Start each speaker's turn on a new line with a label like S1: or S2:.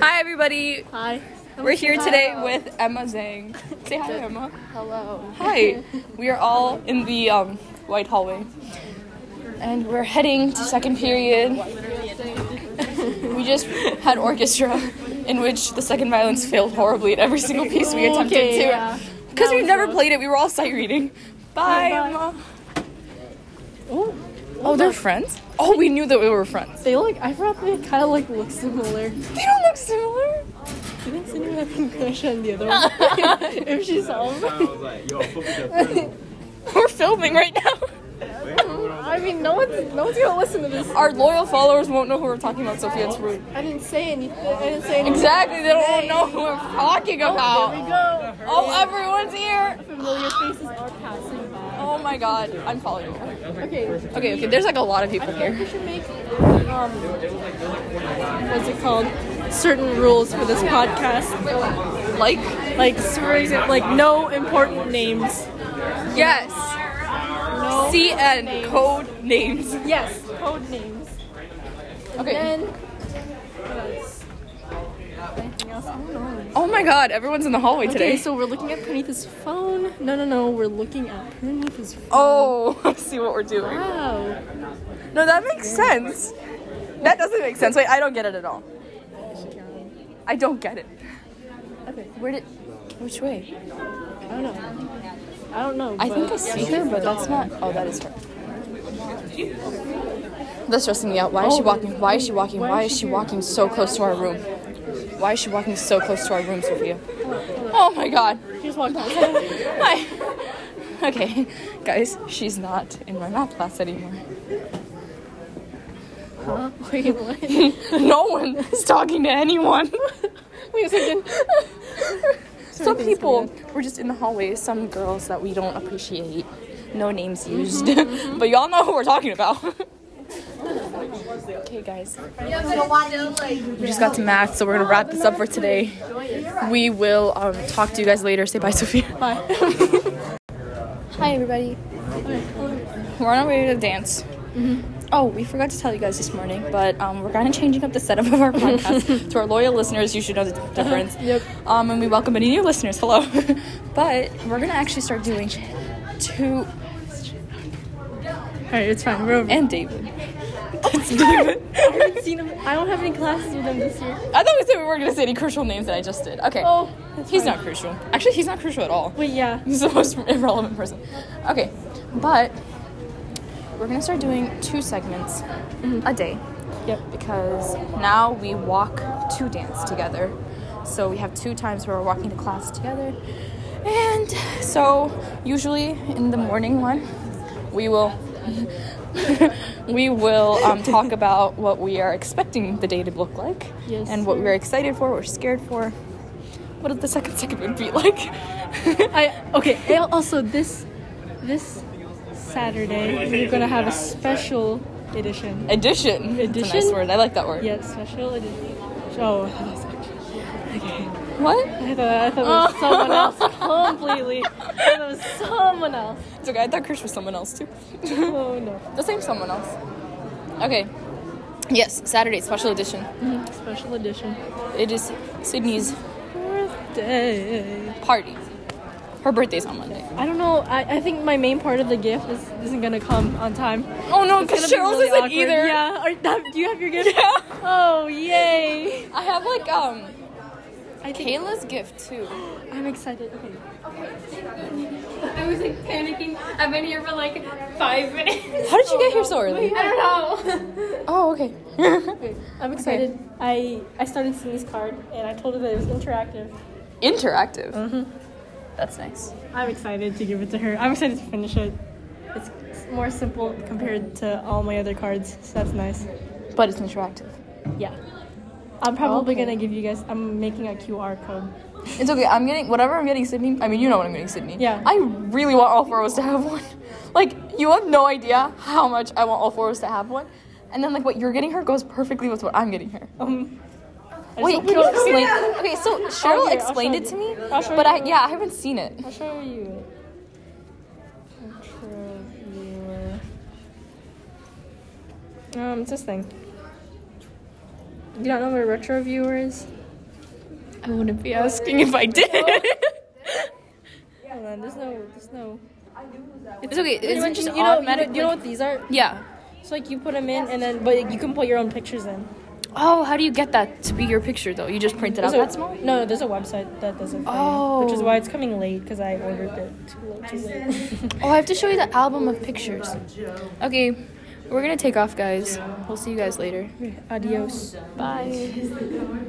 S1: Hi, everybody.
S2: Hi.
S1: We're here today with Emma Zhang. Say hi, Emma.
S2: Hello.
S1: Hi. We are all in the um, white hallway, and we're heading to second period. We just had orchestra, in which the second violence failed horribly at every single piece we attempted
S2: Okay, yeah.
S1: to, because
S2: That
S1: we've
S2: was
S1: never
S2: rough.
S1: played it. We were all sight reading. Bye,
S2: bye.
S1: Emma. Oh, oh, they're friends. Oh, we knew that we were friends.
S2: They look. I forgot they kind of like look similar.
S1: They don't look similar.
S2: I think Cindy had a crush on the other one. if she saw him.
S3: I was like, yo, fuck with your friend.
S1: We're filming right now.
S2: I mean, no one's no one's gonna listen to this.
S1: Our loyal followers won't know who we're talking about, Sophia. It's rude.
S2: I didn't say anything. I didn't say anything.
S1: Exactly, they don't know who we're talking
S2: There we
S1: about.
S2: go.
S1: Oh, everyone's here.
S2: Familiar faces are passing by.
S1: Oh my god, I'm following you.
S2: Okay. I
S1: Okay, okay, there's like a lot of people
S2: think
S1: here.
S2: we should make um, what's it called? Certain rules for this podcast.
S1: Like,
S2: Like, for example, like no important names.
S1: yes,
S2: No.
S1: CN, code names.
S2: Yes. Code names.
S1: Okay.
S2: Then. what else? Anything else? I don't know.
S1: Oh my god, everyone's in the hallway
S2: Okay,
S1: today.
S2: so we're looking at Pranitha's phone. No, no, no. We're looking at Pranitha's phone.
S1: Oh, I see what we're doing.
S2: Wow.
S1: No, that makes sense. That doesn't make sense. Wait, I don't get it at all. I don't get it.
S2: Okay.
S1: Where did. Which way?
S2: I don't know. I don't know.
S1: I think I see her, but that's not. Oh, that is her. That's stressing me out. Why
S2: Oh,
S1: is she walking? Why is she walking? Why is she walking so close to our room? Why is she walking so close to our room, Sophia? Oh my god.
S2: she just walked by.
S1: Hi. Okay, guys, she's not in my math class anymore.
S2: huh? Wait, what?
S1: No one is talking to anyone.
S2: Wait a second.
S1: Some people were just in the hallway, some girls that we don't appreciate. No names
S2: Mm-hmm,
S1: used. but y'all know who we're talking about. okay, guys. We just got to math, so we're gonna wrap this up for today. We will um, talk to you guys later. Say bye, Sophia.
S2: Bye.
S1: Hi, everybody. We're on our way to the dance. Oh, we forgot to tell you guys this morning, but um, we're kind of changing up the setup of our podcast. to our loyal listeners, you should know the difference.
S2: Yep.
S1: Um, and we welcome any new listeners. Hello. but we're gonna actually start doing two
S2: Alright, it's fine. We're over.
S1: and David. That's David.
S2: I haven't seen him. I don't have any classes with him this year.
S1: I thought we said we weren't gonna say any crucial names, and I just did. Okay.
S2: Oh, that's
S1: he's
S2: fine.
S1: not crucial. Actually, he's not crucial at all.
S2: Wait, yeah.
S1: He's the most irrelevant person. Okay, but we're gonna start doing two segments a day
S2: Mm-hmm. Yep.
S1: because now we walk to dance together. So we have two times where we're walking to class together. And so usually in the morning one, we will we will um, talk about what we are expecting the day to look like
S2: Yes,
S1: and what we're excited for, what we're scared for, what the second segment would be like.
S2: I okay. and Also, this this Saturday we're gonna have a special edition.
S1: Edition. It's a nice
S2: Edition?
S1: word. I like that word.
S2: Yeah, special edition. Oh,
S1: What?
S2: I thought, I thought it
S1: Oh.
S2: was someone else completely. I thought it was someone else.
S1: It's okay. I thought Chris was someone else too.
S2: Oh no.
S1: the same someone else. Okay. Yes, Saturday special edition.
S2: Mhm, Special edition.
S1: It is Sydney's
S2: Birthday.
S1: party. Her birthday's on Monday.
S2: I don't know. I, I think my main part of the gift is, isn't gonna come on time.
S1: Oh no,
S2: It's
S1: because
S2: gonna be
S1: Cheryl's
S2: really
S1: isn't
S2: awkward.
S1: either.
S2: Yeah. Are, that, do you have your gift?
S1: Yeah.
S2: Oh yay!
S1: I have like um
S2: I think
S1: Kayla's gift too.
S2: I'm excited. Okay.
S4: I was like panicking. I've been here for like five minutes.
S1: How did you get here so early?
S4: I don't know.
S1: Oh okay.
S2: I'm excited. I I started Cindy's card and I told her that it was interactive.
S1: Interactive.
S2: Mm-hmm.
S1: That's nice.
S2: I'm excited to give it to her. I'm excited to finish it. It's it's more simple compared to all my other cards, so that's nice.
S1: But it's interactive.
S2: Yeah. I'm probably
S1: Okay.
S2: gonna give you guys. I'm making a QR code.
S1: It's okay. I'm getting whatever I'm getting Sydney. I mean, you know what I'm getting Sydney.
S2: Yeah.
S1: I really want all four of us to have one. Like, you have no idea how much I want all four of us to have one. And then like what you're getting her goes perfectly with what I'm getting her.
S2: Um. I just
S1: Wait,
S2: hope
S1: can you
S2: don't-
S1: explain? Okay, so Cheryl
S2: here, I'll
S1: explained
S2: show
S1: it to
S2: you.
S1: me,
S2: I'll show
S1: but I
S2: you.
S1: yeah I haven't seen it.
S2: I'll show you. Control viewer. Um, it's this thing. You don't know what a retro viewer is? I wouldn't be asking if I did. Hold on, there's no, there's no.
S1: It's okay. It's
S2: Anyone
S1: just
S2: can- you know, you know,
S1: automatic.
S2: you know what these are?
S1: yeah.
S2: So like you put them in, and then but you can put your own pictures in.
S1: Oh, how do you get that to be your picture though? You just print it out
S2: There's
S1: that
S2: a-
S1: small?
S2: No, no, there's a website that does it for you, which is
S1: Oh.
S2: why it's coming late because I ordered it too late. Too late.
S1: Oh, I have to show you the album of pictures. Okay, we're gonna take off, guys. We'll see you guys later.
S2: Adios.
S1: Bye.